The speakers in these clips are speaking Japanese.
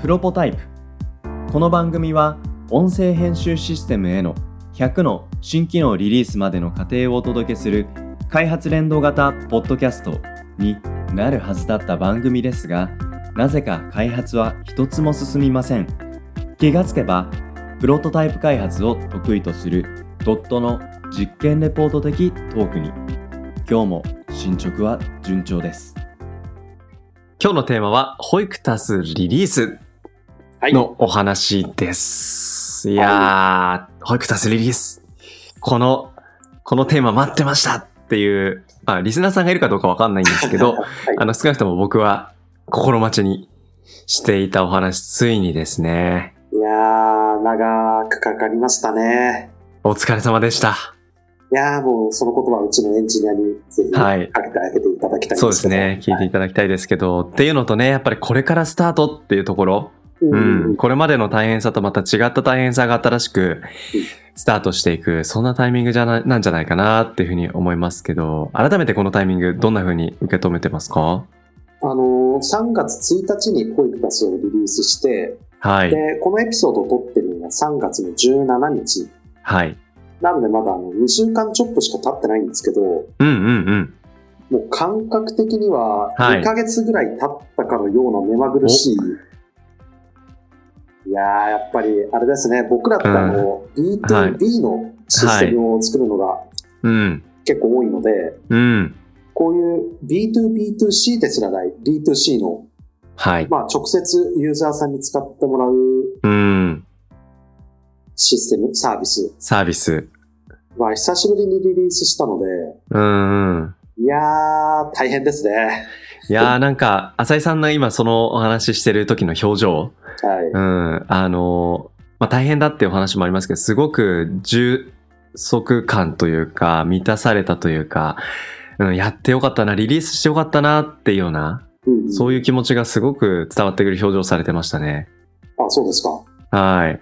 プロポタイプこの番組は音声編集システムへの100の新機能リリースまでの過程をお届けする開発連動型ポッドキャストになるはずだった番組ですがなぜか開発は一つも進みません気がつけばプロトタイプ開発を得意とするドットの実験レポート的トークに今日も進捗は順調です今日のテーマはホイクタスリリースはいのお話です、い、やーホイクタスリリースこのこのテーマ待ってましたっていう、まあ、リスナーさんがいるかどうかわかんないんですけ ど、あの少なくとも僕は心待ちにしていたお話ついにですねいやー、長くかかりましたね。お疲れ様でしたいやー、もうそのことはうちのエンジニアにぜひかはいけてあげていただきたいそうですね聞いていいただきたいですけど、っていうのとねやっぱりこれからスタートっていうところて、ううんん、これまでの大変さとまた違った大変さが新しくスタートしていく、そんなタイミングじゃななんじゃないかなっていうふうに思いますけど、改めてこのタイミング、どんなふうに受け止めてますかあのー、3月1日にホイクタスをリリースして、はい。で、このエピソードを撮ってるのが3月の17日。はい。なのでまだあの2週間ちょっとしか経ってないんですけど、うんうんうん。もう感覚的にははい2ヶ月ぐらい経ったかのような目まぐるしい、い、やーやっぱりあれですね僕らってあの、はい B2B のシステムを作るのがうん。結構多いので、うん。こういう B2B2C ですらない B2C の、はい。まあ、直接ユーザーさんに使ってもらううん。システムサービスサービス。は久しぶりにリリースしたのでうんうん。いやー大変ですねいやーなんか、浅井さんの今そのお話ししてる時の表情、はい、うん、あの、まあ、大変だっていうお話もありますけど、すごく充足感というか、満たされたというか、うん、やってよかったな、リリースしてよかったなっていうような、うんうんそういう気持ちがすごく伝わってくる表情されてましたね。あそうですかはい。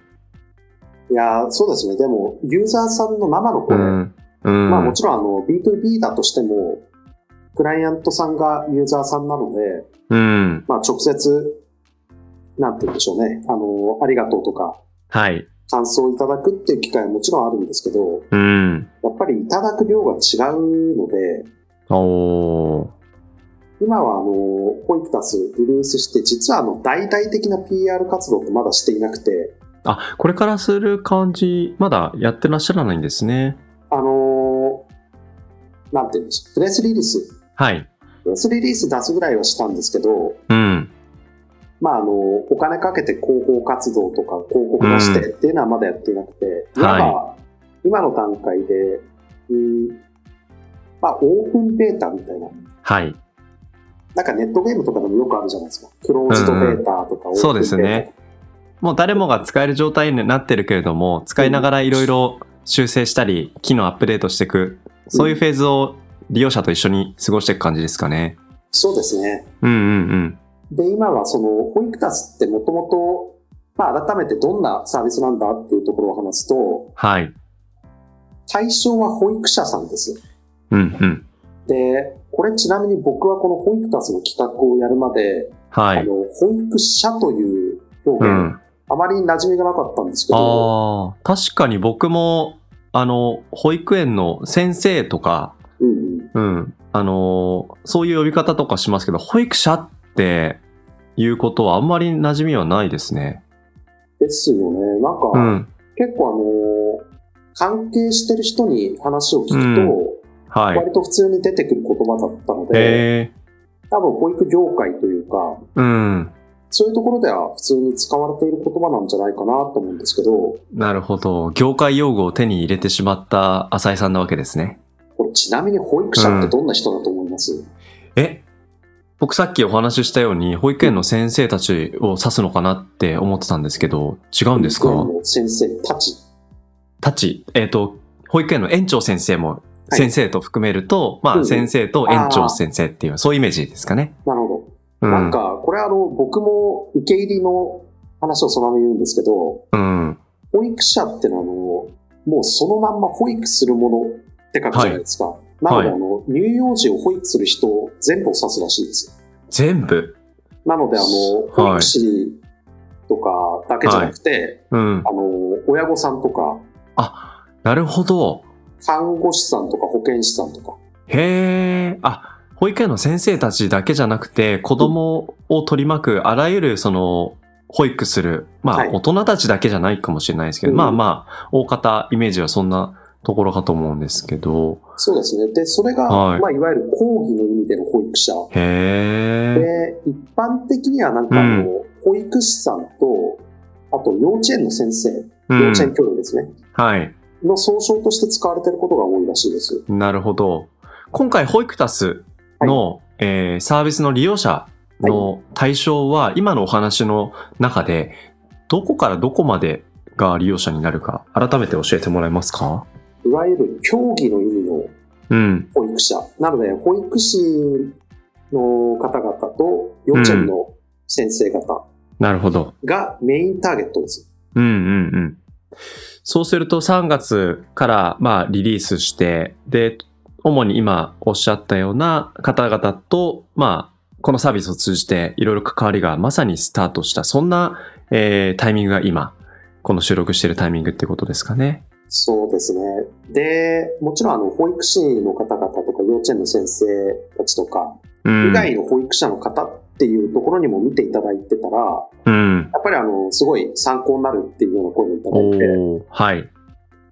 いやーそうですね。でも、ユーザーさんの生のう声、ん。うん。まあもちろんあの B2B だとしても、クライアントさんがユーザーさんなので、うん。まあ直接、なんて言うんでしょうね。あの、ありがとうとか、はい。感想をいただくっていう機会はもちろんあるんですけど、うん。やっぱりいただく量が違うので、おー。今はあの、ホイクタスリリースして、実はあの、大々的な PR 活動ってまだしていなくて、あ、これからする感じ、まだやってらっしゃらないんですね。あのーなんて言うんでしょう。プレスリリースはい。プレスリリース出すぐらいはしたんですけど、うん。まあ、あの、お金かけて広報活動とか広告出してっていうのはまだやっていなくて、うんはいいわば今の段階で、うん、まあ、オープンベータみたいな。はい。なんかネットゲームとかでもよくあるじゃないですか。クローズドベータとかオープンベータとか、そうですね。もう誰もが使える状態になってるけれども、使いながらいろいろ修正したり、機能アップデートしていく、そういうフェーズを利用者と一緒に過ごしていく感じですかね。そうですね。うんうんで、今はその、ホイクタスってもともと、まあ、改めてどんなサービスなんだっていうところを話すとうん。、はい。対象は保育者さんですよ。うんうん。で、これちなみに僕はこのホイクタスの企画をやるまで、はあい。の保育者という表う現、ん。あまり馴染みがなかったんですけど、ああ、確かに僕も、あの、保育園の先生とか、うんうんうん。あの、そういう呼び方とかしますけど、保育者っていうことはあんまり馴染みはないですね。ですよね。なんか、うん。結構あのー関係してる人に話を聞くと、はい。割と普通に出てくる言葉だったので、え多分保育業界というか、ー、うん。そういうところでは普通に使われている言葉なんじゃないかなと思うんですけど、なるほど。業界用語を手に入れてしまった浅井さんなわけですね。これちなみに保育者ってどんな人だと思います、え僕さっきお話ししたように、保育園の先生たちを指すのかなって思ってたんですけど、違うんですか保育園の先生たち。たち、えっ、と、保育園の園長先生も、はい先生と含めると、まうあん先生と園長先生っていう、そういうイメージですかね。なるほうど。ん。なんか、これあの、僕も受け入りの話をそのまま言うんですけど、うん。保育者ってのはあの、もうそのまんま保育するものって書くじゃないですか。なので、はいあの、乳幼児を保育する人を全部を指すらしいです。全部。なので、あの、はい保育士とかだけじゃなくて、うん。あの、親御さんとか、なるほど。看護師さんとか保健師さんとか、へえ。あ、保育園の先生たちだけじゃなくて、子供を取り巻くあらゆるその、保育する、まあ、はい大人たちだけじゃないかもしれないですけど、うんまあまあ、大方イメージはそんなところかと思うんですけど、そうですね。で、それが、はいまあ、いわゆる講義の意味での保育者。へえ。で、一般的にはなんかあの、保育士さんと、あと幼稚園の先生、うん幼稚園教諭ですね、はい。の総称として使われてることが多いらしいです。なるほど。今回、保育タスの、えーサービスの利用者の対象は、今のお話の中で、どこからどこまでが利用者になるか、改めて教えてもらえますかいわゆる教義の意味のうん。保育者。なので、保育士の方々と幼稚園の先生方なるほど。がメインターゲットです。うんうんうん。そうすると3月からまあリリースして、で、主に今おっしゃったような方々と、まあ、このサービスを通じていろいろ関わりがまさにスタートした、そんな、えータイミングが今、この収録してるタイミングってことですかね。そうですね。で、もちろんあの、保育士の方々とか幼稚園の先生たちとか、うん。以外の保育者の方っていうところにも見ていただいてたら、うん。やっぱりあの、すごい参考になるっていうような声もいただいて、おーはい。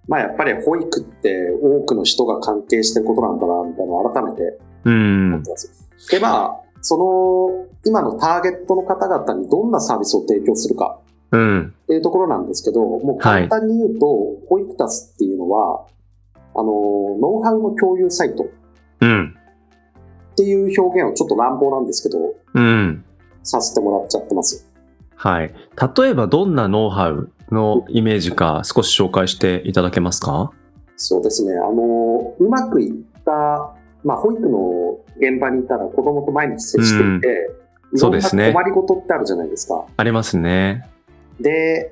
まあやっぱり保育って多くの人が関係してることなんだな、みたいなのを改めてうん思っ。てます。で、まあ、その、今のターゲットの方々にどんなサービスを提供するかうん。っていうところなんですけど、もう簡単に言うと、保育タスっていうのは、あの、ノウハウの共有サイトっうん。ていう表現をちょっと乱暴なんですけど、うん。させてもらっちゃってます。はい。例えばどんなノウハウのイメージか少し紹介していただけますかそうですね。あの、うまくいった、まあ、保育の現場にいたら子供と毎日接していて、んいろんそうなですね困りごとってあるじゃないですか。ありますね。で、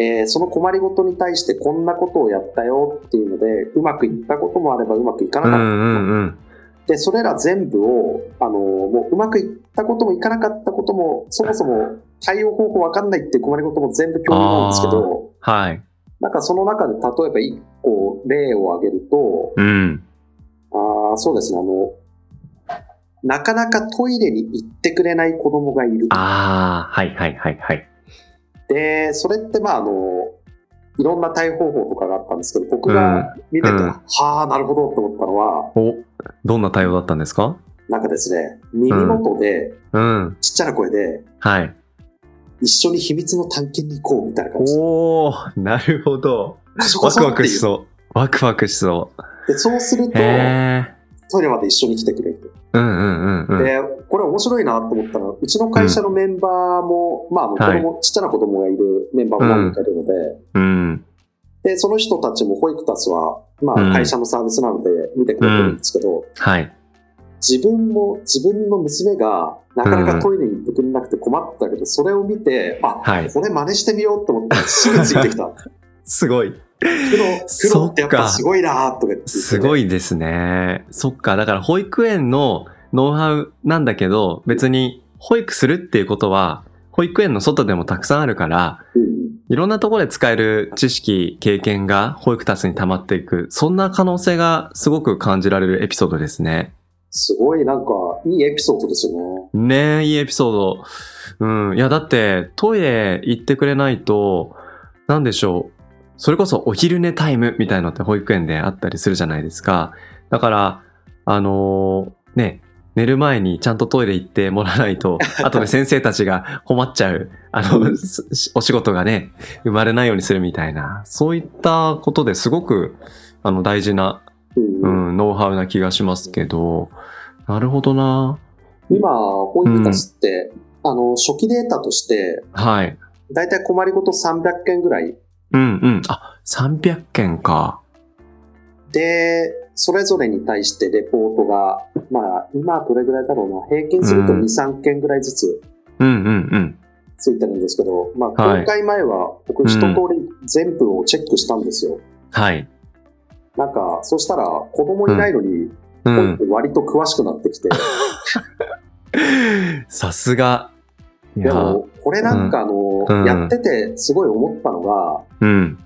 えーその困りごとに対してこんなことをやったよっていうので、うまくいったこともあればうまくいかなうかった。んうんうん。で、それら全部を、あの、もううまくいったこともいかなかったことも、そもそも対応方法わかんないっていう困りごとも全部共有なんですけど、はい。なんかその中で例えば一個例を挙げると、うん。ああ、そうですね。あの、なかなかトイレに行ってくれない子供がいる。ああ、はいはいはいはい。で、それってまあ、あの、いろんな対応方法とかがあったんですけど、僕が見てて、うんはあ、なるほどと思ったのは、お、どんな対応だったんですかなんかですね、耳元で、うん。ちっちゃな声で、はい。一緒に秘密の探検に行こうみたいな感じで、おー、なるほど。こそこワクそワってクいしう。そう。ワクワクしそで、そうするう。と、へえ。トイレまで一緒に来てくれると。うんうんうんうん。で、これ面白いなと思ったのは、うちの会社のメンバーも、まああの、子供、ちっちゃな子供がいるメンバーも何人かいるので、うん。で、その人たちも保育タスは、まうんあ会社のサービスなので見てくれてるんですけど、はい。自分も、自分の娘がなかなかトイレに行ってくれなくて困ってたけど、それを見て、あ、はいこれ真似してみようと思ってすぐついて きた。プすごい。ロ、プロってやっそっぱかすごいなとか言って、すごい。いですね。そっか。だから保育園のノウハウなんだけど、別に保育するっていうことは、保育園の外でもたくさんあるから、うんいろんなところで使える知識、経験が保育たちに溜まっていく。そんな可能性がすごく感じられるエピソードですね。すごいなんか、いいエピソードですよね。ねえ、いいエピソード。うん。いや、だって、トイレ行ってくれないと、なんでしょう。それこそお昼寝タイムみたいのって保育園であったりするじゃないですか。だから、あのーね、寝る前にちゃんとトイレ行ってもらわないと、あとで先生たちが困っちゃう、あの、すお仕事がね、生まれないようにするみたいな、そういったことですごく、あの、大事な、うんう。ん、ノウハウな気がしますけど、なるほどな。今、保育タスって、あの、初期データとして、はい。だいたい困りごと300件ぐらいうんうん。あ、300件か。で、それぞれに対してレポートが、まあ、今はどれぐらいだろうな、平均するとうん2、3件ぐらいずつうんうんうん。ついてるんですけど、まあ、はい公開前は僕一通り全部をチェックしたんですよ。はい。なんか、そしたら子供いないのに、う保ん。育割と詳しくなってきて、 さすが。いでや、も、これなんかあの、うんやっててすごい思ったのが、うん。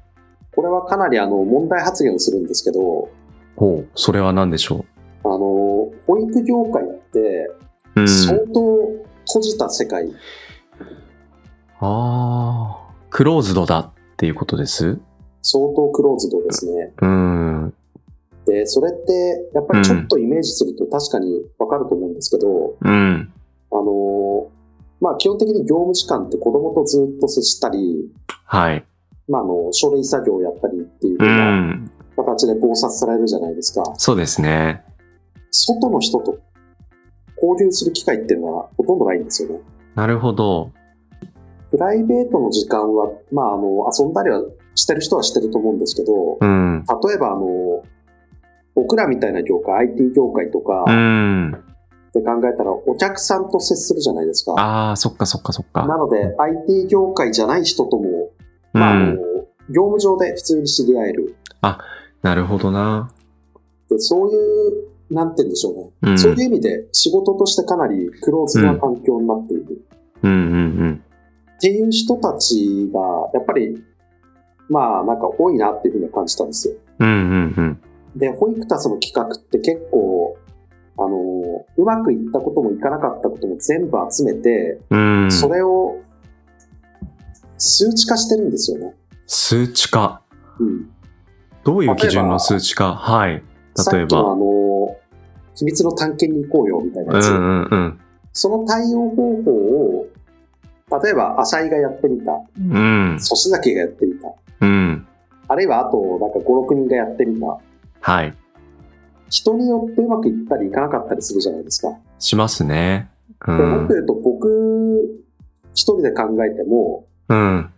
これはかなりあの問題発言をするんですけど、ほう。それは何でしょあの、保育業界ってう。うん。相当閉じた世界、ああ。クローズドだっていうことです。相当クローズドですね。うん。うんで、それってやっぱりちょっとイメージすると確かにわかると思うんですけど、。うんあの、まあ基本的に業務時間って子供とずっと接したり、はい。まああの、書類作業をやったりっていう。うようなん形で考察されるじゃないですか。そうですね。外の人と交流する機会っていうのはほとんどないんですよね。なるほど。プライベートの時間は、まあ、あの、遊んだりはしてる人はしてると思うんですけど、うん。例えば、あの、僕らみたいな業界、IT 業界とかうん。で考えたら、お客さんと接するじゃないですか。ああ、そっかそっかそっなか。ので、IT 業界じゃない人とも、うまあ、あのん。、業務上で普通に知り合える。なるほどな。で、そういう、なんて言うんでしょうね。うん。そういう意味で、仕事としてかなりクローズな環境になっている。うんうんうん。っていう人たちが、やっぱり、まあ、なんか多いなっていうふうに感じたんですよ。うんうんうん。で、ホイクタスの企画って結構、あの、うまくいったこともいかなかったことも全部集めて、うん、それを数値化してるんですよね。数値化。うん。どういう基準の数値化はい。さ例えっきのあば。の、秘密の探検に行こうよみたいなうやつ。んうんその対応方法を、例えば、浅井がやってみた。うん。うん。粗志崎がやってみた。うん。あるいは、あと、なんか5、6人がやってみた。はい。人によってうまくいったりいかなかったりするじゃないですか。しますね。うで、もっんと。言うと僕一人で考えてもうん。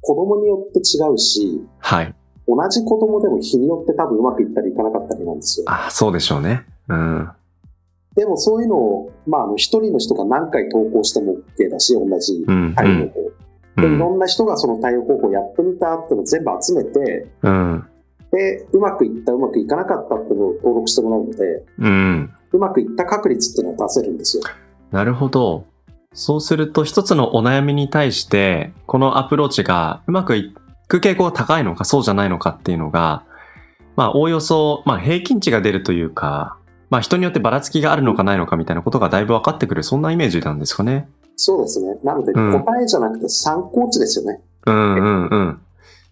子供によって違うし、はい。同じ子供でも日によって多分うまくいったりいかなかったりなんですよ。あ、そうでしょうね。うん。でもそういうのを、まああの一人の人が何回投稿しても OK だし、同じうん。う対応ん。法。うで、いろん。んな人がその対応方法をやってみたっていうのを全部集めて、うん。で、うまくいった、うまくいかなかったっていうのを登録してもらうので、うん。うまくいった確率っていうのを出せるんですよ。なるほど。そうすると、一つのお悩みに対して、このアプローチがうまくいく傾向が高いのか、そうじゃないのかっていうのが、まあ、おおよそ、まあ、平均値が出るというか、まあ、人によってばらつきがあるのかないのかみたいなことがだいぶ分かってくる、そんなイメージなんですかね。そうですね。なのでうん答えじゃなくて参考値ですよね。うんうんうん。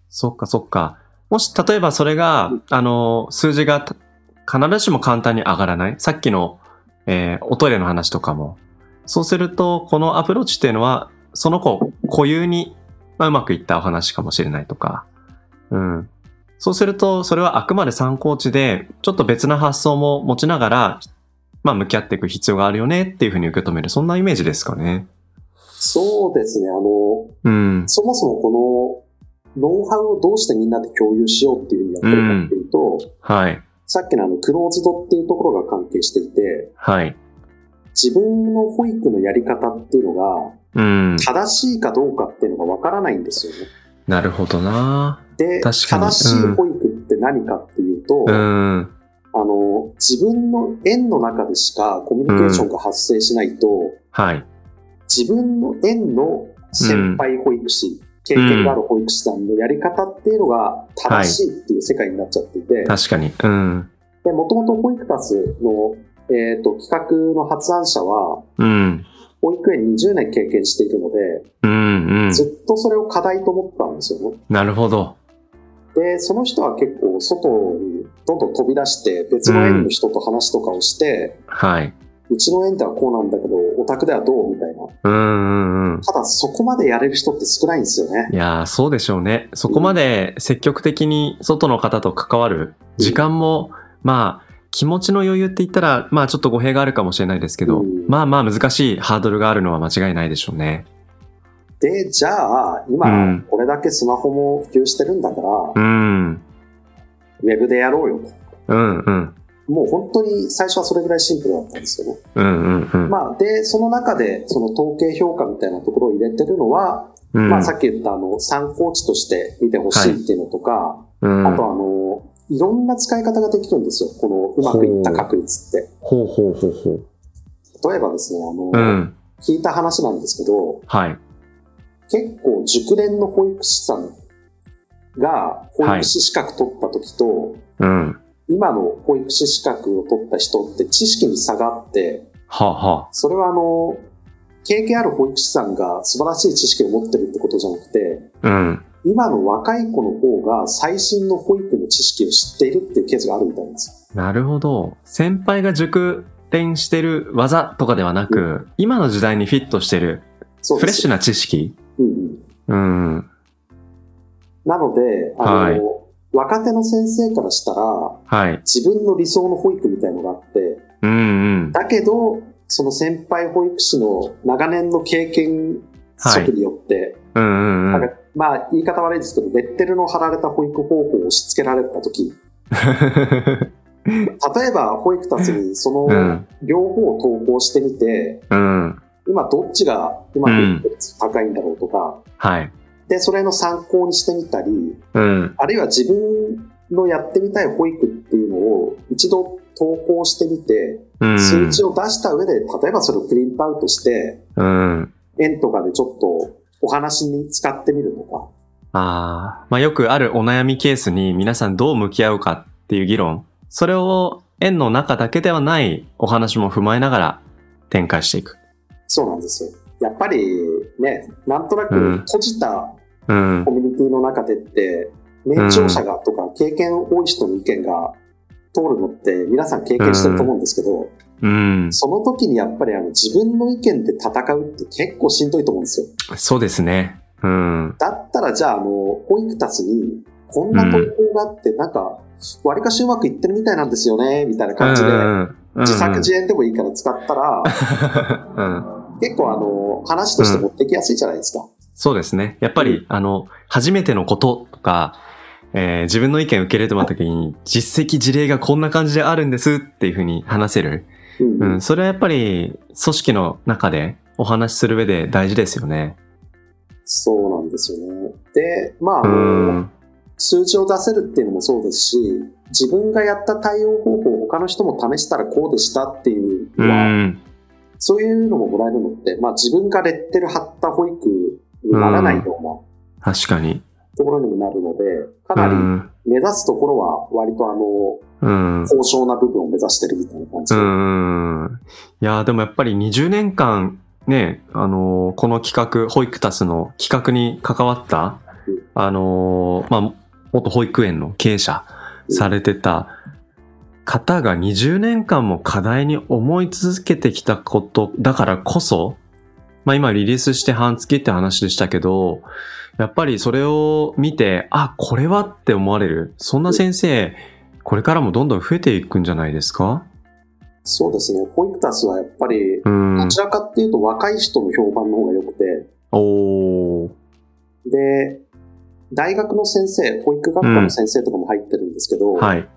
そっかそっか。もし、例えばそれが、あの、数字がた必ずしも簡単に上がらない。さっきの、えーおトイレの話とかも。そうすると、このアプローチっていうのは、その子固有に、まあ、うまくいったお話かもしれないとか。うん。そうすると、それはあくまで参考値で、ちょっと別な発想も持ちながら、まあ、向き合っていく必要があるよねっていうふうに受け止める。そんなイメージですかね。そうですね。あの、うん。そもそもこのノウハウをどうしてみんなで共有しようっていうふうにやってるかっていうと、はい。さっきのあのクローズドっていうところが関係していて、はい。自分の保育のやり方っていうのがうん。正しいかどうかっていうのがわからないんですよね。なるほどなで、正確かにしい保育って何かっていうと、うん。あの、自分の縁の中でしかコミュニケーションが発生しないと、はい。自分の縁の先輩保育士、経験がある保育士さんのやり方っていうのが正しいっていう世界になっちゃっていて、確かに。うん。で、もともと保育タスの、えっ、と、企画の発案者は、うん。保育園20年経験しているので、うん。うん。ずっとそれを課題と思ったんですよね。なるほど。で、その人は結構外にどんどん飛び出して、別の園の人と話とかをして、はい。うちの園ではこうなんだけど、お宅ではどうみたいな。うんうんうん。ただ、そこまでやれる人って少ないんですよね。いやー、そうでしょうね。そこまで積極的に外の方と関わる時間も、まあ、気持ちの余裕って言ったら、まあちょっと語弊があるかもしれないですけど、うんまあまあ難しいハードルがあるのは間違いないでしょうね。で、じゃあ、う今ん、これだけスマホも普及してるんだから、うん。うんウェブでやろうよと。うん。もう本当に最初はそれぐらいシンプルだったんですけど、うんうんうん。まあ、で、その中で、その統計評価みたいなところを入れてるのは、うんまあ、さっき言った、あの、参考値として見てほしいっていうのとか、うんあと、あの、いろんな使い方ができるんですよ。この、うまくいった確率って。ほうほうほうほ例えばですね、あの、う。うん。聞いた話なんですけど、はい。結構熟練の保育士さんが保育士資格取った時と、うん。は今の保育士資格を取った人って知識に差があって、あ、はそれはあの、経験ある保育士さんが素晴らしい知識を持ってるってことじゃなくて、あ、うん。今の若い子の方が最新の保育の知識を知っているっていうケースがあるみたいなんですなるほど。先輩が熟練してる技とかではなく、う今の時代にフィットしてるよ。そうフでレッすシュな知識うんうん、うん。なので、あの、はい若手の先生からしたら、はい。自分の理想の保育みたいのがあって、うんうん。だけど、その先輩保育士の長年の経験則によって、うんうんうんなん。かまあ言い方悪いですけど、レッテルの貼られた保育方法を押し付けられたとき、例えば保育たちにそうのん両方を投稿してみて、 うん。今どっちがうまくいって率高いんだろうとか、はい。で、それの参考にしてみたり、うん。あるいは自分のやってみたい保育っていうのを一度投稿してみて、うん。数値を出した上で、例えばそれをプリントアウトして、うん。円とかでちょっとお話に使ってみるとか、ああ。まあよくあるお悩みケースに皆さんどう向き合うかっていう議論。それを円の中だけではないお話も踏まえながら展開していく。そうなんですよ。やっぱりね、なんとなうんく閉じたうんコ。ミュニティの中でって、年長者がとか経験多い人の意見が通るのって皆さん経験してると思うんですけど、うん。その時にやっぱりあの自分の意見で戦うって結構しんどいと思うんですよ。そうですね。うん。だったらじゃあ、あの、保育たちに、こんな投稿があって、なんか、割かしうまくいってるみたいなんですよね、みたいな感じで、自作自演でもいいから使った ら、うん。結構あの、話として持ってきやすいじゃないですか。そうですね。やっぱり、うあの、初めてのこととか、えー自分の意見を受け入れてもらった時に、実績事例がこんな感じであるんですっていうふうに話せる。うんうん、それはやっぱり、組織の中でお話しする上で大事ですよね。そうなんですよね。で、まあ、あうの、ん。数字を出せるっていうのもそうですし、自分がやった対応方法を他の人も試したらこうでしたっていううのは、ん。そういうのももらえるのって、まあ自分がレッテル貼った保育にならないような確かに。ところにもなるので、かうなりん。目指すところは割とあの、うん。高尚な部分を目指してるみたいな感じうで。ん。いやーでもやっぱり20年間、ね、あのーこの企画、保育タスの企画に関わったうん、あのーまあ、元保育園の経営者うんされてた方が20年間も課題に思い続けてきたことだからこそ、まあ今リリースして半月って話でしたけど、やっぱりそれを見て、あ、これはって思われる。そんな先生、これからもどんどん増えていくんじゃないですかそうですね。保育タスはやっぱり、うんどちらかっていうと若い人の評判の方が良くて、おー。で、大学の先生、保育学科の先生とかも入ってるんですけど、はい。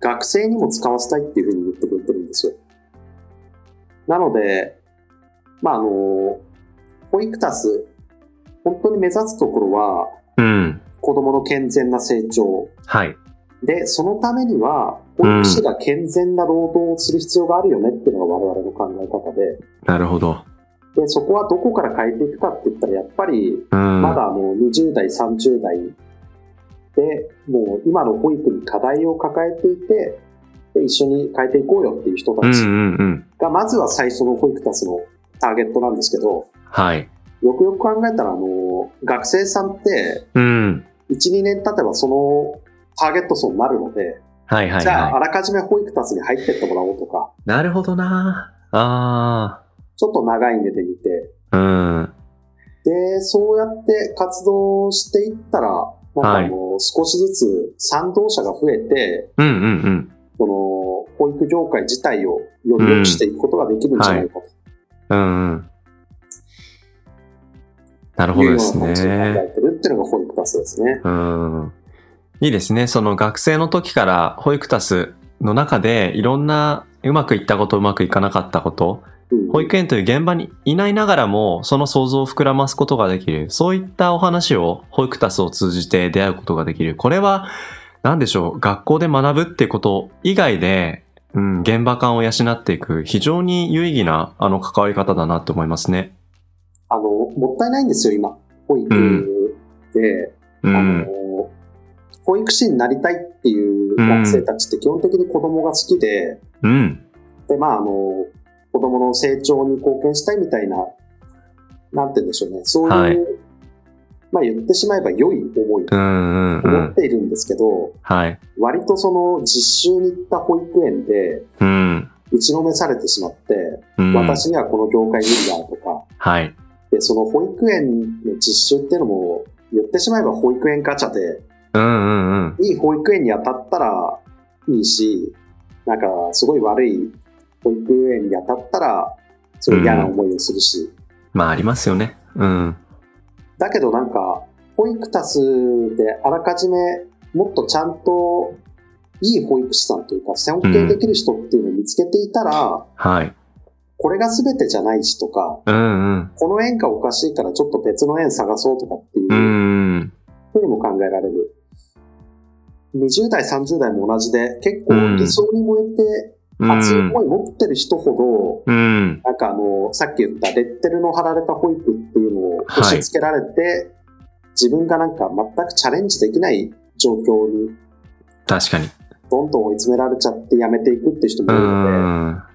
学生にも使わせたいっていうふうに言ってくれてるんですよ。なので、まあ、あの、保育タス、本当に目指すところは、うん。子供の健全な成長。はい。で、そのためには、保育士が健全な労働をする必要があるよねっていうのが我々の考え方で、なるほど。で、そこはどこから変えていくかって言ったら、やっぱりうん。まだあの20代、30代で、もう今の保育に課題を抱えていて、で一緒に変えていこうよっていう人うたんうちんうん。が、まずは最初の保育たちのターゲットなんですけど、はい。よくよく考えたら、あの、学生さんって、うん。 1、2年経てばそのターゲット層になるので、はいはいじゃあ、あはらかじめ保育たちに入ってってもらおうとか、い。なるほどなあちょっと長い目で見て、ー。うん。で、そうやって活動していったら、なんかあの、少しずつ賛同者が増えて、うんうんうん。その、保育業界自体をより良くしていくことができるんじゃないかうんうん。なるとほいどでうようなす感じで考ね。えてるっていうのが保育タスですね。うん。いいですね。その学生の時から保育タスの中でいろんなうまくいったこと、うまくいかなかったこと、うん保育園という現場にいないながらもその想像を膨らますことができるそういったお話を保育タスを通じて出会うことができるこれは何でしょう学校で学ぶっていうこと以外で、うん、現場感を養っていく非常に有意義なあの関わり方だなって思いますね。あの、もったいないんですよ、今。保育で、うあん。の、保育士になりたいっていう学生たちって基本的に子供が好きで、うん。で、まあ、あの、子供の成長に貢献したいみたいな、なんて言うんでしょうね。そういう、はいまあ言ってしまえば良い思いうん。うん。う思っん。ているんですけど、はい。割とその実習に行った保育園でうん。打ちのめされてしまって、うん。私にはこの業界無理だとか、はい。で、その保育園の実習っていうのも、言ってしまえば保育園ガチャで、うんうんうん。いい保育園に当たったらいいし、なんか、すごい悪い保育園に当たったら、すごい嫌な思いをするし、まあ、ありますよね。うん。だけどなんか、保育タスであらかじめもっとちゃんといい保育士さんというか、尊敬できる人っていうのを見つけていたら、はい。これが全てじゃないしとか、うんうん。この園がおかしいからちょっと別の園探そうとかっていううんうん。ふうにも考えられる。20代、30代も同じで、結構理想に燃えてうん熱い思い持ってる人ほうど、ん。なんかあの、さっき言ったレッテルの貼られた保育っていうのを押し付けられて、自分がなんか全くチャレンジできない状況に確かに。どんどん追い詰められちゃってやめていくっていう人もういるので、ん。ま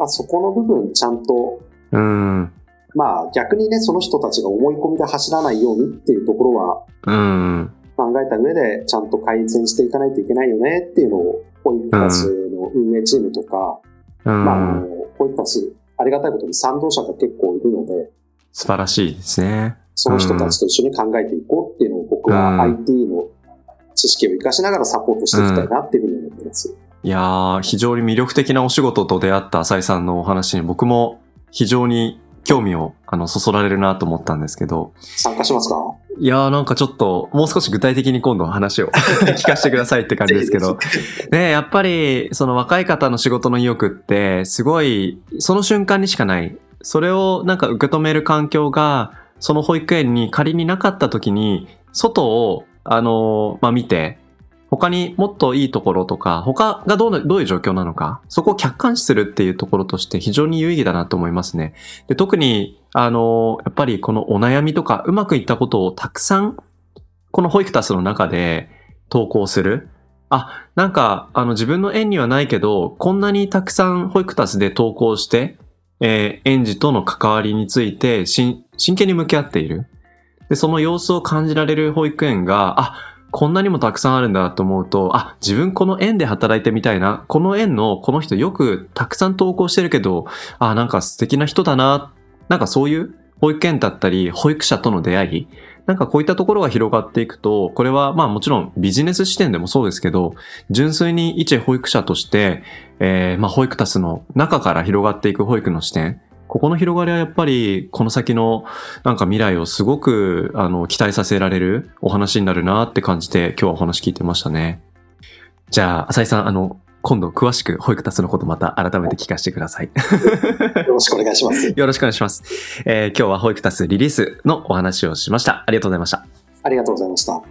あ、そこの部分ちゃんとうん。まあ逆にね、その人たちが思い込みで走らないようにっていうところはうん。考えた上でちゃんと改善していかないといけないよねっていうのを、保育課数の運営チームとか、うまああのん。、保育課数、ありがたいことに賛同者が結構いるので、素晴らしいですね。その人たちと一緒に考えていこうっていうのを僕はうん IT の知識を活かしながらサポートしていきたいなっていうふうに思ってます。いやー、非常に魅力的なお仕事と出会った浅井さんのお話に僕も非常に興味をあのそそられるなと思ったんですけど、参加しますかいやーなんかちょっともう少し具体的に今度話を 聞かせてくださいって感じですけど、ねやっぱりその若い方の仕事の意欲ってすごいその瞬間にしかない。それをなんか受け止める環境がその保育園に仮になかった時に外をあのまあ見て他にもっといいところとか他がどうなどういう状況なのかそこを客観視するっていうところとして非常に有意義だなと思いますね。で特にあのやっぱりこのお悩みとかうまくいったことをたくさんこの保育タスの中で投稿する。あ、なんか、あの、自分の園にはないけど、こんなにたくさん保育タスで投稿して、えー園児との関わりについて、しん真剣に向き合っている。で、その様子を感じられる保育園が、あ、こんなにもたくさんあるんだと思うと、あ、自分この園で働いてみたいな。この園のこの人よくたくさん投稿してるけど、あ、なんか素敵な人だな。なんかそういう保育園だったり、保育者との出会い。なんかこういったところが広がっていくと、これはまあもちろんビジネス視点でもそうですけど、純粋に一保育者として、えーまあ保育タスの中から広がっていく保育の視点。ここの広がりはやっぱりこの先のなんか未来をすごくあの期待させられるお話になるなって感じて今日はお話聞いてましたね。じゃあ、浅井さん、あの、今度詳しく保育タスのことまた改めて聞かせてください。よろしくお願いします。よろしくお願いします。えー今日は保育タスリリースのお話をしました。ありがとうございました。ありがとうございました。